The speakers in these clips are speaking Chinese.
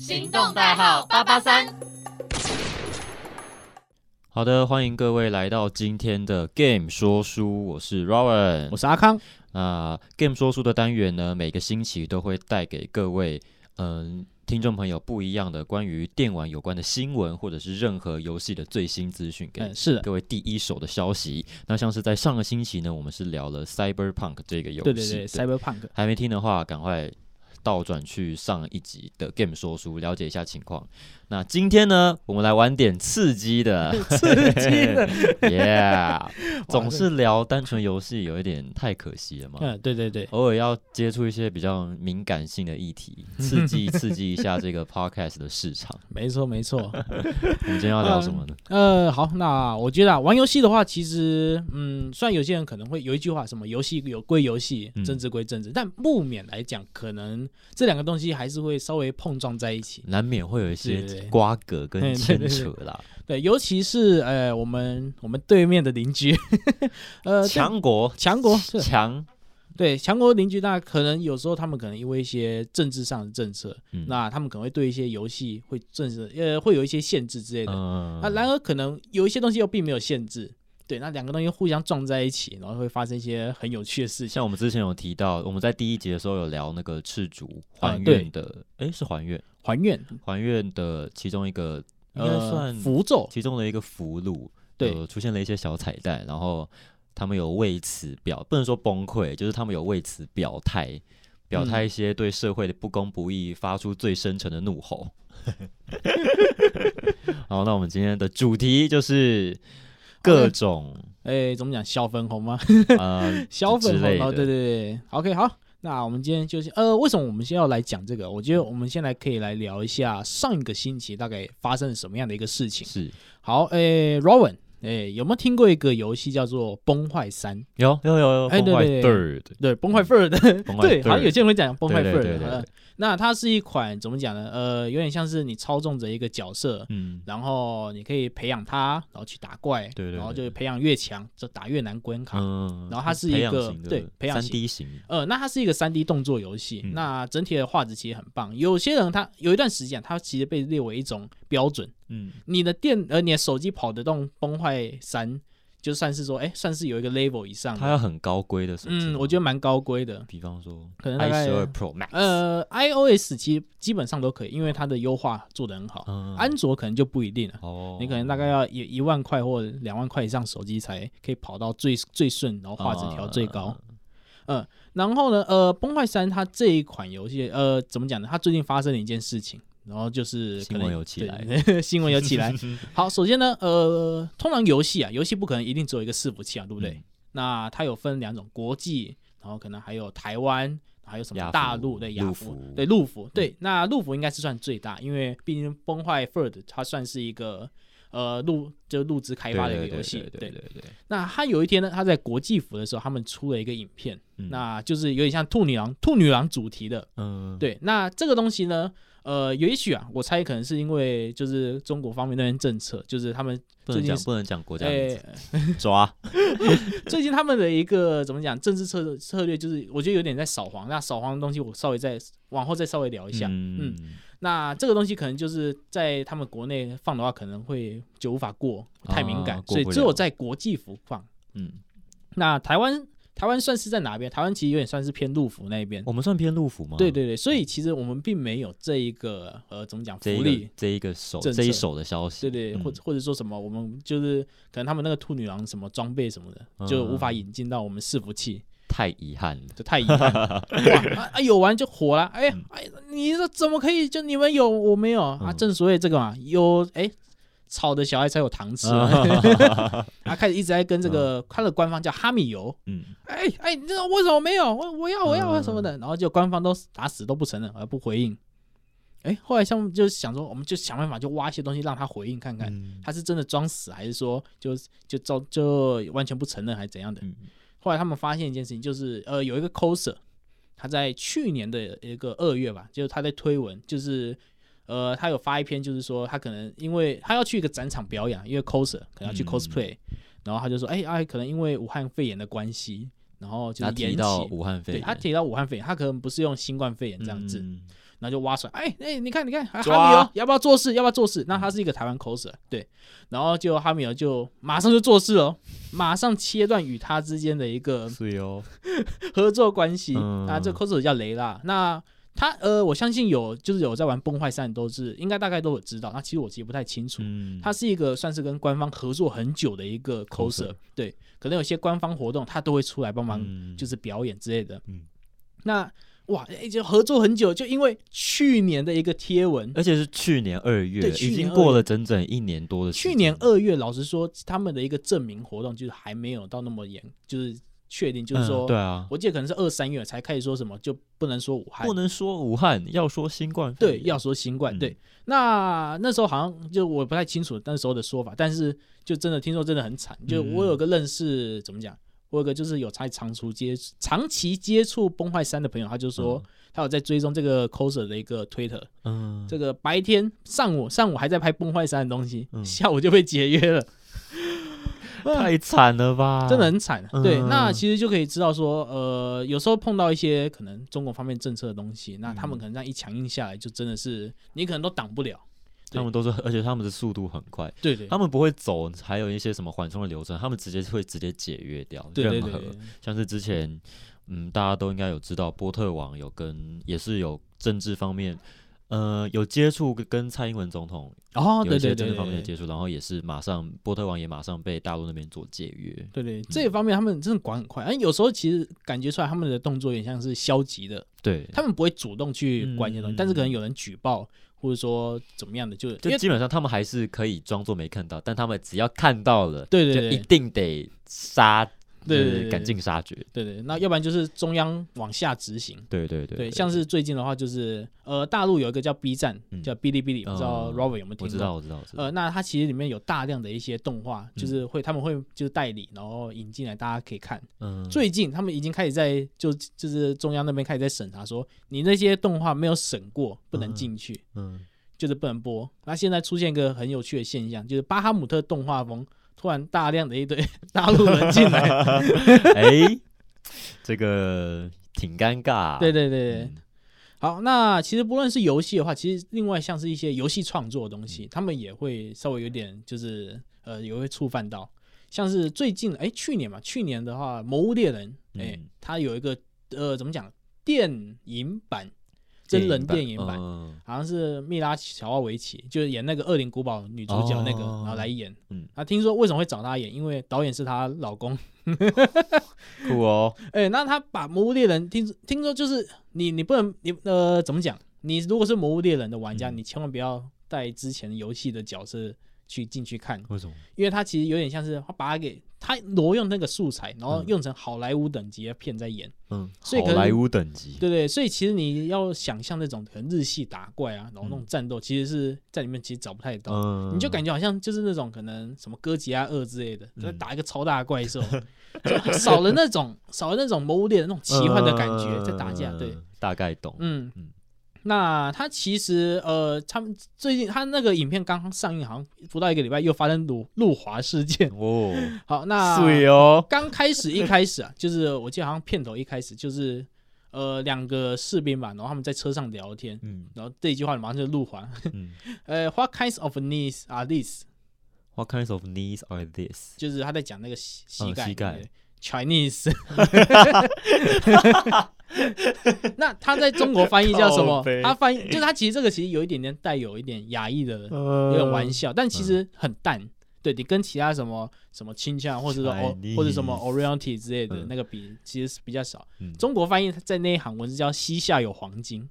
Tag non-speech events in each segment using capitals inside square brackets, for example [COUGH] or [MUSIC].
行动代号八八三。好的，欢迎各位来到今天的 Game 说书，我是 Rowan，我是阿康。那 Game 说书的单元呢，每个星期都会带给各位，嗯、听众朋友不一样的关于电玩有关的新闻，或者是任何游戏的最新资讯，给嗯，是的，各位第一手的消息。那像是在上个星期呢，我们是聊了 Cyberpunk 这个游戏，对对对，Cyberpunk。，[LAUGHS] 还没听的话，赶快倒转去上一集的 Game 说书，了解一下情况。那今天呢，我们来玩点刺激的刺激 [LAUGHS] 的，Yeah！总哇是聊单纯游戏有一点太可惜了嘛这，嗯，对对对，偶尔要接触一些比较敏感性的议题，刺激刺激一下这个 Podcast 的市场。没错没错。我们今天要聊什么呢？呃，好，那我觉得、啊、玩游戏的话，其实嗯，虽然有些人可能会有一句话，什么游戏有归游戏嗯，政治归政治，但不免来讲，可能这两个东西还是会稍微碰撞在一起。难免会有一些对对对瓜葛跟嗯牵对对对扯啦。对，尤其是呃，我们我们对面的邻居， [LAUGHS] 呃，强国强国是强，对强国邻居，那可能有时候他们可能因为一些政治上的政策，嗯那他们可能会对一些游戏会政治呃会有一些限制之类的。嗯啊，然而可能有一些东西又并没有限制，对，那两个东西互相撞在一起，然后会发生一些很有趣的事情。像我们之前有提到，我们在第一集的时候有聊那个赤足啊还愿的，诶，是还愿还愿还愿的其中一个，应该呃算符咒，其中的一个符箓，对有出现了一些小彩蛋，然后他们有为此表，不能说崩溃，就是他们有为此表态。表态一些对社会的不公不义，发出最深沉的怒 [LAUGHS] 吼。好，那我们今天的主题就是各 [LAUGHS] 种哎，怎么讲？小粉红吗？ [LAUGHS] 呃小之粉红，类哦，的对对对，OK，好。那我们今天就是呃，为什么我们先要来讲这个？我觉得我们先来可以来聊一下上一个星期大概发生了什么样的一个事情。是好，诶 r o w a n 诶，有没有听过一个游戏叫做《崩坏三》？有有有有哎崩对坏对 Third，对，崩坏 Bird，嗯崩坏 [LAUGHS] 对，好像 Third 有些人会讲崩坏对对 Bird，对对呃对那它是一款怎么讲呢？呃，有点像是你操纵着一个角色，嗯，然后你可以培养它，然后去打怪，对对对然后就培养越强，就打越难关卡。嗯，然后它是一个对培养三型 D 型，呃，那它是一个三 D 动作游戏，嗯那整体的画质其实很棒。有些人他有一段时间，他其实被列为一种标准，嗯，你的电呃你的手机跑得动崩坏三，就算是说哎算是有一个 level 以上它的，嗯要很高规的手机吗，嗯，我觉得蛮高规的。比方说可能大 i 概十二 Pro Max，呃，iOS 其实基本上都可以，因为它的优化做得很好。嗯安卓可能就不一定了，哦，啊你可能大概要一一万块或两万块以上手机才可以跑到最最顺，然后画质调最高。嗯，然后呢，呃，《崩坏三》它这一款游戏，呃，怎么讲呢？它最近发生了一件事情，然后就是可新能闻有起来，对 [LAUGHS] 新闻有起来。好，首先呢，呃，通常游戏啊，游戏不可能一定只有一个伺服器啊，对不对？嗯那它有分两种，国际，然后可能还有台湾，还有什亚么服大陆对陆嗯亚服服对陆服对，那陆服应该是算最大，因为毕竟崩坏 Third 它算是一个呃陆就陆资开对发的一对个对游戏对对对对，那他有一天呢，他在国际服的时候，他们出了一个影片，嗯那就是有点像兔女郎兔女郎主题的。嗯，对，那这个东西呢，呃，也许啊，我猜可能是因为就是中国方面那边政策，就是他们不能最讲近不能讲国家名哎字，抓， [LAUGHS] 最近他们的一个怎么讲政治策策略，就是我觉得有点在扫黄。那扫黄的东西，我稍微再往后再稍微聊一下。嗯，那这个东西可能就是在他们国内放的话，可能会就无法过，太敏感，啊过所以不只有了在国际服放。嗯，那台湾台湾算是在哪边？台湾其实有点算是偏陆服那边。我们算偏陆服吗？对。对对，所以其实我们并没有这一个呃怎么讲这福一利个。这一个手政这一策手的消息，对对，嗯或者或者说什么，我们就是可能他们那个兔女郎什么装备什么的，就无嗯法引进到我们伺服器，太遗憾了。就太 [LAUGHS] 遗憾了。哇，啊啊有玩就火了，哎呀哎，你这怎么可以？就你们有我没有啊？嗯正所谓这个嘛，有哎，炒的小孩才有糖吃嘛。 [LAUGHS] 啊，开始一直在跟这个它的官方叫哈米油，嗯，哎哎，你这个为什么没有？我我要我要我要嗯什么的，然后就官方都打死都不承认，而不回应。哎，后来项目就想说，我们就想办法就挖一些东西让他回应看看，嗯他是真的装死，还是说就就照就完全不承认，还是怎样的？嗯后来他们发现一件事情，就是呃，有一个 coser，他在去年的一个二月吧，就是他在推文，就是呃，他有发一篇，就是说他可能因为他要去一个展场表演，因为 coser 可能要去嗯 cosplay，、然后他就说，哎、啊，可能因为武汉肺炎的关系，然后就他是延提期。到武汉肺对炎，他提到武汉肺炎，他可能不是用新冠肺炎这样子，嗯，然后就挖出来，哎哎，你看你看，啊抓哈米尔要不要做事？要不要做事？那他是一个台湾口水，对，然后就哈米尔就马上就做事了，马上切断与他之间的一个是哦，合作关系。嗯啊，这口水叫雷啦，那。他呃，我相信有就是有在玩崩坏三，都是应该大概都有知道。那其实我也不太清楚，嗯，它是一个算是跟官方合作很久的一个 coser， coser 对，可能有些官方活动他都会出来帮忙，嗯就是表演之类的。嗯那哇，哎就合作很久，就因为去年的一个贴文，而且是去年二月，对去已年经2过月了整整一年多的时间。去年二月，老实说，他们的一个证明活动就是还没有到那么严，就是确定，就是嗯说，对啊，我记得可能是二三月才开始说什么就不能说武汉不，能说武汉，要说新冠肺对，炎要说新冠，嗯对。那那时候好像就我不太清楚那时候的说法，但是就真的听说真的很惨。就嗯我有个认识，怎么讲？我有个就是有在长途接长期接触崩坏三的朋友，他就说、嗯他有在追踪这个 coser 的一个推特，嗯，这个白天上午上午还在拍崩坏三的东西，嗯下午就被解约 [LAUGHS] 了。太惨了吧？真的很惨。啊对，嗯那其实就可以知道说，呃，有时候碰到一些可能中国方面政策的东西，那他嗯们可能这样一强硬下来，就真的是你可能都挡不了。他们都是，而且他们的速度很快，对对他们不会走，还有一些什么缓冲的流程，他们直接会直接解约掉对对任对何对，对像是之前，嗯，大家都应该有知道，波特王有跟也是有政治方面，呃，有接触跟蔡英文总统哦，有对一些对政对治方面的对接对。触，然后也是马上波特王也马上被大陆那边做解约。对对，这一方面他们真的管很快，但有时候其实感觉出来他们的动作有点像是消极的，对，他们不会主动去管一些东西，嗯但是可能有人举报或者说怎么样的，就因就为基本上他们还是可以装作没看到，但他们只要看到了，对对就对一定得杀，对对呃对对赶尽杀绝。对对，那要不然就是中央往下执行，对对对对，像是最近的话，就是呃，大陆有一个叫 B 站，嗯叫哔哩哔哩，嗯不知道 Robert 有没有听过？我知道，嗯我知道，我知道。呃，那它其实里面有大量的一些动画，就是会他们会就是代理，然后引进来大家可以看。嗯，最近他们已经开始在就就是中央那边开始在审查说，你那些动画没有审过，不能进去， [LAUGHS] 嗯就是不能播。那现在出现一个很有趣的现象，就是巴哈姆特动画风突然大量的一堆 [LAUGHS] 大陆人进 [LAUGHS] 来，哎，这个挺尴尬啊。对对对对嗯，。好，那其实不论是游戏的话，其实另外像是一些游戏创作的东西，他们也会稍微有点就是呃，也会触犯到，像是最近哎、去年嘛，去年的话，《魔物猎人》哎、嗯它有一个呃，怎么讲，电影版真人电影版，嗯好像是蜜拉乔奥维奇，就是演那个《恶灵古堡》女主角那个，哦然后来演。嗯啊，听说为什么会找她演？因为导演是她老公。酷哦，哎、那他把《魔物猎人》听听说就是你，你不能你呃怎么讲？你如果是《魔物猎人》的玩家，嗯你千万不要带之前游戏的角色去进去看，为什么？因为他其实有点像是他把它给他挪用那个素材，然后嗯用成好莱坞等级的片在演，嗯，所以好可能莱坞等级，对不对？所以其实你要想象那种可能日系打怪啊，然后那种嗯战斗，其实是在里面其实找不太到。嗯，你就感觉好像就是那种可能什么哥吉拉二之类的，就在嗯打一个超大的怪兽， [LAUGHS] 就少了那种少了那种魔物猎人那种奇幻的感觉，嗯在打架。对，，大概懂。嗯嗯那他其实呃，他们最近他那个影片刚上映，好像不到一个礼拜又发生辱辱华 [LAUGHS] 事件。哦，好，那对哦，刚开始一开始啊， [LAUGHS] 就是我记得好像片头一开始就是呃两个士兵吧，然后他们在车上聊天，嗯然后这一句话马上就入华，嗯 [LAUGHS] 呃，What kinds of knees are these？ ，What kinds of knees are these？就是他在讲那个膝膝嗯盖，膝盖对 [LAUGHS] Chinese。那他在中国翻译叫什靠么北？他翻译就是他其实这个其实有一点点带有一点亚裔的有有点玩笑，但其嗯实很淡。对你跟其他什么什么清腔，或者说 o Chinese 或者什么 Oriental 之类的嗯那个比，其实是比较少。嗯中国翻译在那一行文字叫“膝下有黄金”，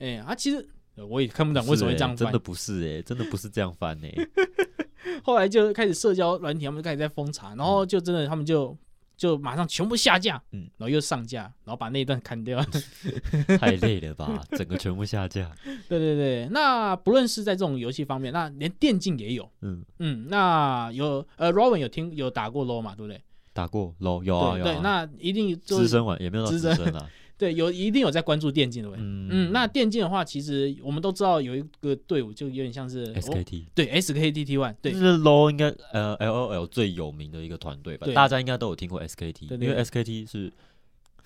哎，啊，其实呃我也看不懂为什么会这样不是欸真翻的。不是哎、真的不是这样翻哎、后来就开始社交软体，他们就开始在封查，然后就真的他们就就马上全部下架，嗯然后又上架，然后把那一段 [LAUGHS] 砍掉。太累了 [LAUGHS] 吧，整个全部下架。对对对，那不论是在这种游戏方面，那连电竞也有，嗯，嗯，那有呃 Robin 有听有打过 LO 嘛，对不对？打过 l 有啊对有啊。对，那一定就资是深玩也没有到资资深深 [LAUGHS] 啊。对有一定有在关注电竞的对不对？嗯嗯，那电竞的话，其实我们都知道有一个队伍，就有点像是哦 SKT 对 SKT T One，对就是 LO 应该呃 LOL 最有名的一个团队吧对，大家应该都有听过 SKT，对对因为 SKT 是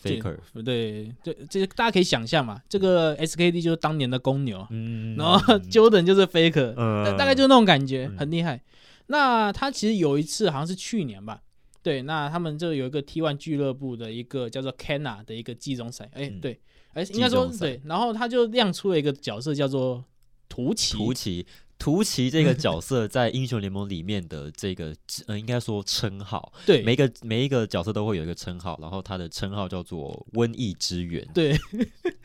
对 faker，对对，这大家可以想象嘛，这个 SKD 就是当年的公牛，嗯然后 Jordan 就是 faker，、大 [LAUGHS] 呃大概就是那种感觉，嗯很厉害。那他其实有一次好像是去年吧，对，那他们就有一个 T1 俱乐部的一个叫做 Kenna 的一个季中赛，哎嗯，对，哎，应该说季中赛对，然后他就亮出了一个角色叫做图奇，图奇。图奇这个角 [LAUGHS] 色在英雄联盟里面的这个，呃，应该说称号，对，每一个每一个角色都会有一个称号，然后他的称号叫做瘟疫之源。对 [LAUGHS]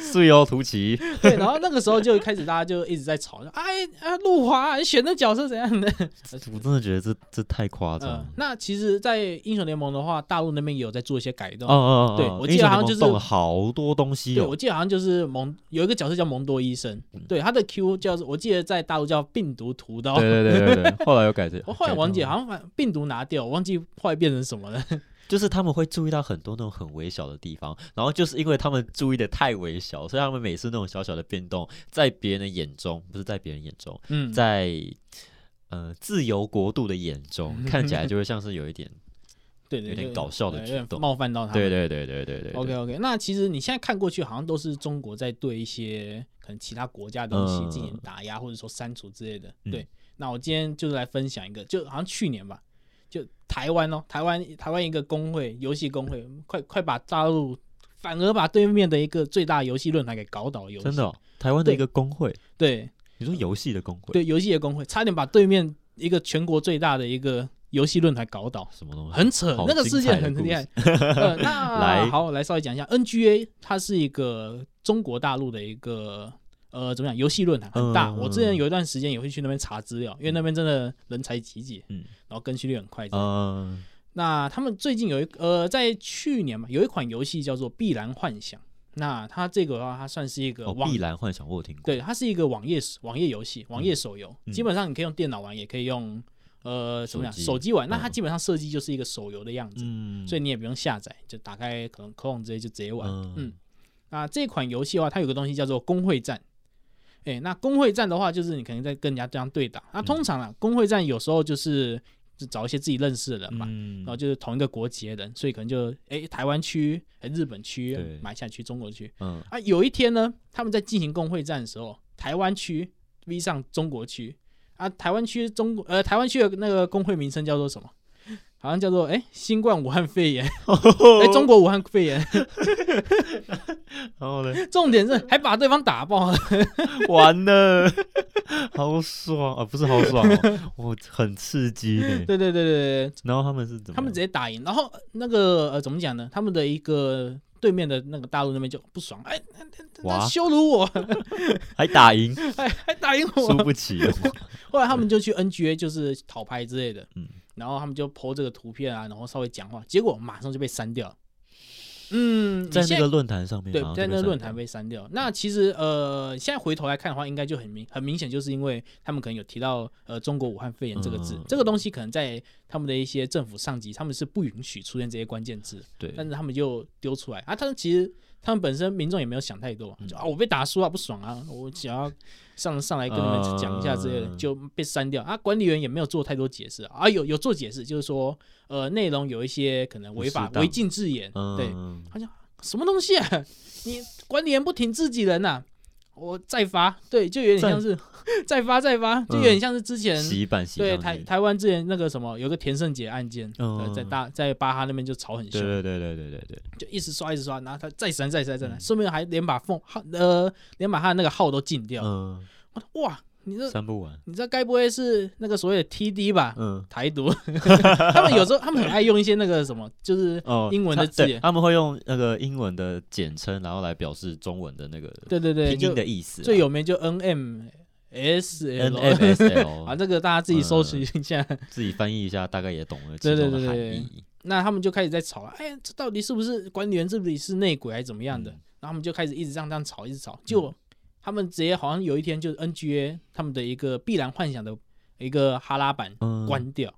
是哦，图奇，对，然后那个时候就开始大家就一直在吵，哎啊，路华你选的角色怎样的？我真的觉得这这太夸张嗯了。，那其实，在英雄联盟的话，大陆那边也有在做一些改动哦。哦哦，对哦我英记得雄好像联盟就是动了好多东西对，哦我。记得好像就是蒙有一个角色叫蒙多医生，对他的 Q 叫，我记得在大陆叫病毒屠刀。嗯对对对对 [LAUGHS] 对，哦后来又改这。 [LAUGHS] 我后来改王动姐了好像把病毒拿掉，我忘记后来变成什么了。就是他们会注意到很多那种很微小的地方，然后就是因为他们注意的太微小，所以他们每次那种小小的变动，在别人的眼中，不是在别人眼中，嗯，在呃自由国度的眼 [LAUGHS] 中，看起来就会像是有 [LAUGHS] 一点，对对，有点就搞笑的对举有点动冒犯到他。对对对对对对对 OK OK，那其实你现在看过去，好像都是中国在对一些可能其他国家的东西嗯进行打压，或者说删除之类的。嗯对，那我今天就是来分享一个，就好像去年吧，就台湾哦，台湾台湾一个工会，游戏工会，快快把大陆反而把对面的一个最大游戏论坛给搞倒游戏。真的、哦，台湾的一个工会，对你说游戏的工会，对，游戏的工会差点把对面一个全国最大的一个游戏论坛搞倒。什么东西？很扯好，那个事件很精厉彩害的。 [LAUGHS] 呃，那来好，我来稍微讲一下，NGA 它是一个中国大陆的一个呃怎么讲游戏论坛，很大。嗯我之前有一段时间也会去那边查资料，因为那边真的人才济济，嗯然后更新率很快。嗯、那他们最近有一呃在去年嘛，有一款游戏叫做《碧蓝幻想》，那它这个的话，它算是一个哦，网碧蓝幻想我有听过，对，它是一个网页网页游戏，网页手游，嗯基本上你可以用电脑玩，也可以用呃怎么讲手机手机玩。那它嗯基本上设计就是一个手游的样子，嗯，所以你也不用下载，就打开可能 Chrome 直接就直接玩。嗯嗯那这款游戏的话，它有个东西叫做工会战。哎，那工会战的话，就是你可能在跟人家这样对打。那嗯通常啊，工会战有时候就是就找一些自己认识的人嘛，嗯然后就是同一个国籍的人，所以可能就哎台湾区、哎日本区对、马来西亚区、中国区，嗯啊，有一天呢，他们在进行工会战的时候，台湾区 V 上中国区啊，台湾区中国呃台湾区的那个工会名称叫做什么？好像叫做哎、新冠武汉 [LAUGHS] 肺炎，哎、中国武汉肺炎。然后呢，重点是还把对方打爆了， [LAUGHS] 完了， [LAUGHS] 好爽啊！不是好爽、 [LAUGHS] 哦，我很刺激呢。对对对对对，然后他们是怎么样？他们直接打赢，然后呃那个呃怎么讲呢？他们的一个对面的那个大陆那边就不爽，哎、他他他哇羞辱我，还打 [LAUGHS] 赢，还还打赢输我。不起哦。后来他们就去 NGA 就是讨牌之类的，嗯然后他们就 PO 这个图片啊，然后稍微讲话，结果马上就被删掉了。嗯， [LAUGHS] 在你现那个论坛上面，对马上，就在那被个删论掉坛被删掉。那其实呃，现在回头来看的话，应该就很明很明显，就是因为他们可能有提到呃中国武汉肺炎这个字，嗯这个东西可能在他们的一些政府上级，他们是不允许出现这些关键字，但对，是他们就丢出来啊。他们其实他们本身民众也没有想太多，嗯就啊我被打输啊不爽啊，我想要上上来跟你们讲一下之类的，嗯就被删掉啊。管理员也没有做太多解释啊，有有做解释，就是说呃内容有一些可能违法不适当违禁字眼，对。嗯，什么东西啊？ [LAUGHS] 你管理员不挺自己人呐、啊我再发，对，就有点像是 [LAUGHS] 再发再发，就有点像是之前、嗯洗版洗对上台去台湾之前那个什么，有个田胜杰案件，嗯对在大在巴哈那边就吵很对凶，对对对对对对，就一直刷一直刷，然后他再删再删嗯再删，顺便还连把封号呃连把他的那个号都禁掉。嗯，我说哇，你这删不完，你这该不会是那个所谓的 TD 吧？嗯。台独， [LAUGHS] 他们有时候他们很爱用一些那个什么，就是哦，英文的他字对眼他们会用那个英文的简称，然后来表示中文的那个对对对，拼就音的意思啊。最有名就 N M S N L M S 啊， [LAUGHS] L，这个大家自己搜寻一下。自己翻译一下，大概也懂了对其对中对的含对义。那他们就开始在吵了，哎呀，这到底是不是管理员是不是是内鬼还是怎么样的？嗯然后他们就开始一直这样这样吵，一直吵，结果他们直接好像有一天就是 NGA 他们的一个必然幻想的一个哈拉板嗯，关掉，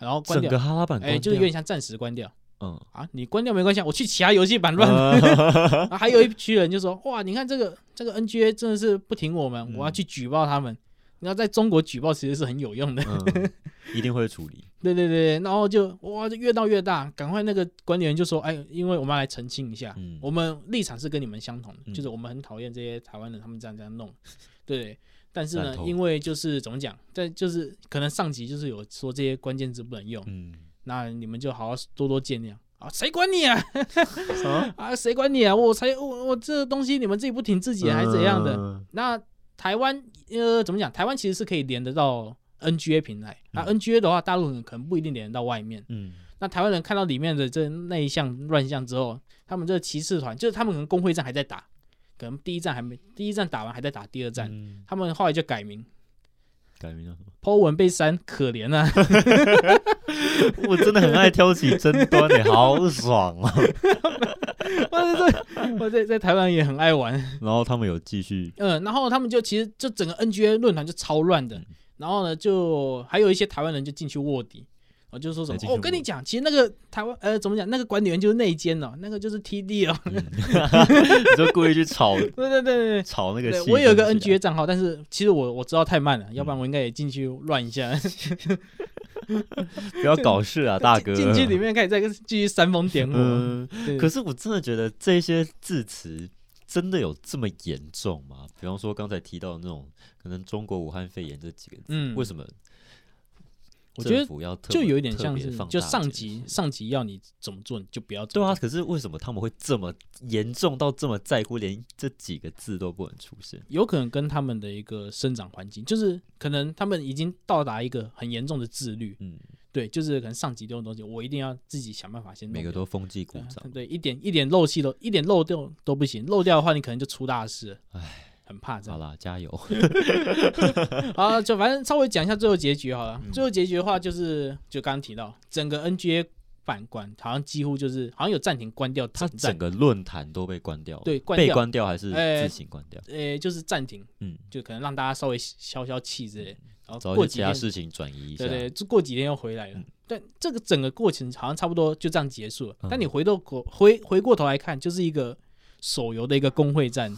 然后整关掉个，哈拉板哎，关就是有点掉，像暂时关掉嗯，啊，你关掉没关系啊，我去其他游戏版乱玩 [LAUGHS] 哦啊，还有一批人就说：“哇，你看这个这个 NGA 真的是不挺我们，嗯我要去举报他们。你要在中国举报其实是很有用的。嗯，一定会处理。对对对，然后就哇，就越闹越大，赶快那个管理员就说：“哎，因为我们要来澄清一下，嗯我们立场是跟你们相同的，嗯就是我们很讨厌这些台湾人他们这样这样弄，对。但是烂呢，透因为就是怎么讲，但就是可能上级就是有说这些关键字不能用，嗯，那你们就好好多多见谅啊！谁管你啊？什么？啊，谁管你啊？我才我我这东西你们自己不挺自己的还是怎样的？嗯？那台湾呃怎么讲？台湾其实是可以连得到 NGA 平台，啊那、NGA 的话，大陆人可能不一定连得到外面。嗯，那台湾人看到里面的这那一项乱象之后，他们这骑士团就是他们可能工会战还在打，可能第一战还没第一战打完还在打第二战，嗯他们后来就改名。改名叫什么？ Po 文被删，可怜啊！ [LAUGHS] 我真的很爱挑起争端欸，好爽哦。我在我在在台湾也很爱玩， [LAUGHS] 然后他们有继续，嗯，然后他们就其实就整个 NGA 论坛就超乱嗯的，然后呢，就还有一些台湾人就进去卧底，我就说什么哎进，去哦，我跟你讲，其实那个台湾呃怎么讲，那个管理员就是内奸哦，那个就是 TD 哦， [LAUGHS] 嗯 [LAUGHS] 你就故意去炒对对对炒那对个对，气我有一个氛起来 NGA 账号，但是嗯其实我我知道太慢了，要不然我应该也进去乱一下，不要搞事 [LAUGHS] 啊，大哥。进去里面开始再继续煽风点火，嗯，对可是我真的觉得这些字词真的有这么严重吗？比方说刚才提到的那种可能中国武汉肺炎这几个字，嗯为什么我觉得政府要特就别有一点特像别是放就大上解级释上级要你怎么做你就不要怎对么啊，做，可是为什么他们会这么严重到这么在乎，连这几个字都不能出现？有可能跟他们的一个生长环境，就是可能他们已经到达一个很严重的自律，嗯，对，就是可能上级这种东西，我一定要自己想办法先弄每个掉都风纪鼓对啊掌，对，一点一点漏气都一点漏掉都不行，漏掉的话你可能就出大事了，很怕这好样。啦，加油！啊，就反正稍微讲一下最后结局好了。嗯最后结局的话就是，就刚刚提到整个 NGA 版管好像几乎就是好像有暂停关掉 [LAUGHS] 他整整站，个论坛都被关掉了，对，关被掉，关掉还是哎自行关掉？呃，就是暂停，嗯，就可能让大家稍微消消气之类的。然后找一过些几其他天事情转移一下。对对，就过几天又回来了。嗯但这个整个过程好像差不多就这样结束了。嗯但你回到过回回过头来看，就是一个手游的一个工会战，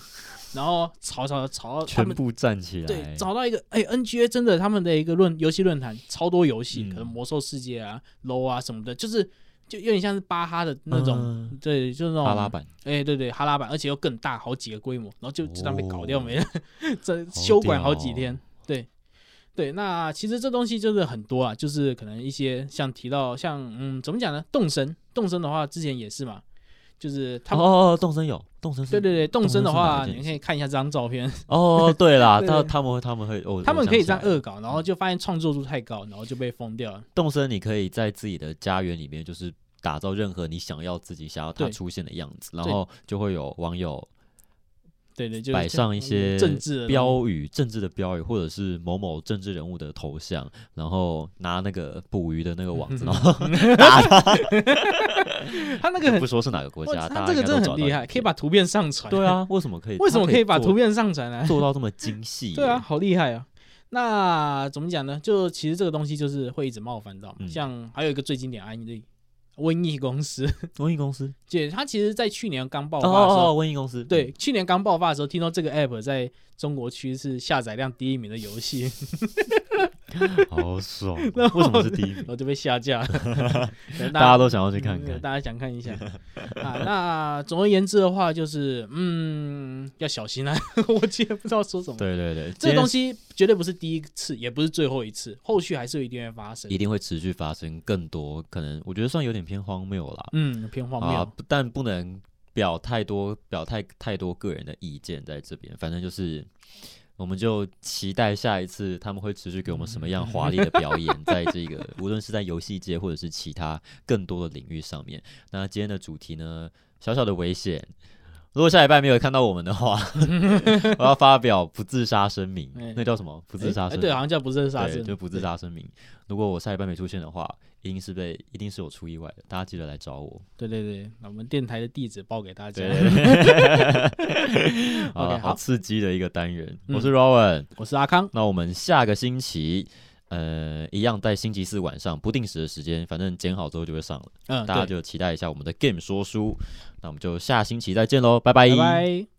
然后吵吵吵到他全们部站起来，对找到一个哎 NGA 真的他们的一个论游戏论坛超多游戏，嗯可能魔兽世界啊、low 啊什么的，就是就有点像是巴哈的那种。嗯对，就是那种哈拉，版，哎、对对，哈拉版，而且又更大，好几个规模，然后就就这样被搞掉哦没了， [LAUGHS] 这好修管好屌几哦天。对，那其实这东西就是很多啊，就是可能一些像提到像嗯，怎么讲呢？动身，动身的话之前也是嘛，就是他们、哦哦，动身有动身是对对对，动身的话，动森是哪一件你们可以看一下这张照片，哦哦对啦， [LAUGHS] 对他对他们会他们会哦，他们可以这样呃，恶搞，然后就发现创作度太高，然后就被封掉了。动身你可以在自己的家园里面就是打造任何你想要自己想要它对出现的样子，对然后就会有网友对对，就是嗯摆上一些政治的东标语、政治的标语，或者是某某政治人物的头像，然后拿那个捕鱼的那个网嗯子，然 [LAUGHS] 后打他，西， [LAUGHS] 他那个很不，说是哪个国哇家，他大这家应个该真都的找很到厉影害，可以片把图片上传。对，啊，为什么可以？ [LAUGHS] 为什么他可可以把做图片上传来？做 [LAUGHS] 到这么精细？ [LAUGHS] 对啊，，好厉害啊！那怎么讲呢？就其实这个东西就是会一直冒犯到嘛，嗯像还有一个最经典案例，瘟疫公司，瘟疫公司姐，它其实在去年刚爆哦发的时哦，候，哦瘟疫公司对，，去年刚爆发的时候，听说这个 app 在中国区是下载量第一名的游 [LAUGHS] 戏，好爽！啊为什么是第一名 [LAUGHS] 然？后就被 [LAUGHS] 下架了。可能大家都想要去看嗯看。大家想看一下啊。那总而言之的话，就是嗯，要小心啊！我今天不知道说什么。对对对，这个东西西绝对不是第一次，也不是最后一次，后续还是一定会发生一。定会持续发生更多，可能我觉得算有点偏荒谬啦。嗯，偏荒啊谬。，不但不能表太多表态太多个人的意见在这边，反正就是。我们就期待下一次他们会持续给我们什么样华丽的表演，在这个 [LAUGHS] 无论是在游戏界或者是其他更多的领域上面。那今天的主题呢，小小的危险。如果下礼拜没有看到我们的 [LAUGHS] 话，我要发表不自杀声明哎，那叫什么？不自杀哎声对，明好。像叫不自杀对是就不自。杀声明。如果我下礼拜没出现的话，一定是被一定是有出意外的，大家记得来找我。对对对，那我们电台的地址报给大家。对，好了，OK，啊好好刺激的一个单元。嗯我是 Rowan，、我是阿康，那我们下个星期，呃，一样在星期四晚上不定时的时间，反正剪好之后就会上了，嗯，大家对就期待一下我们的 Game 说书。那我们就下星期再见喽，拜拜拜。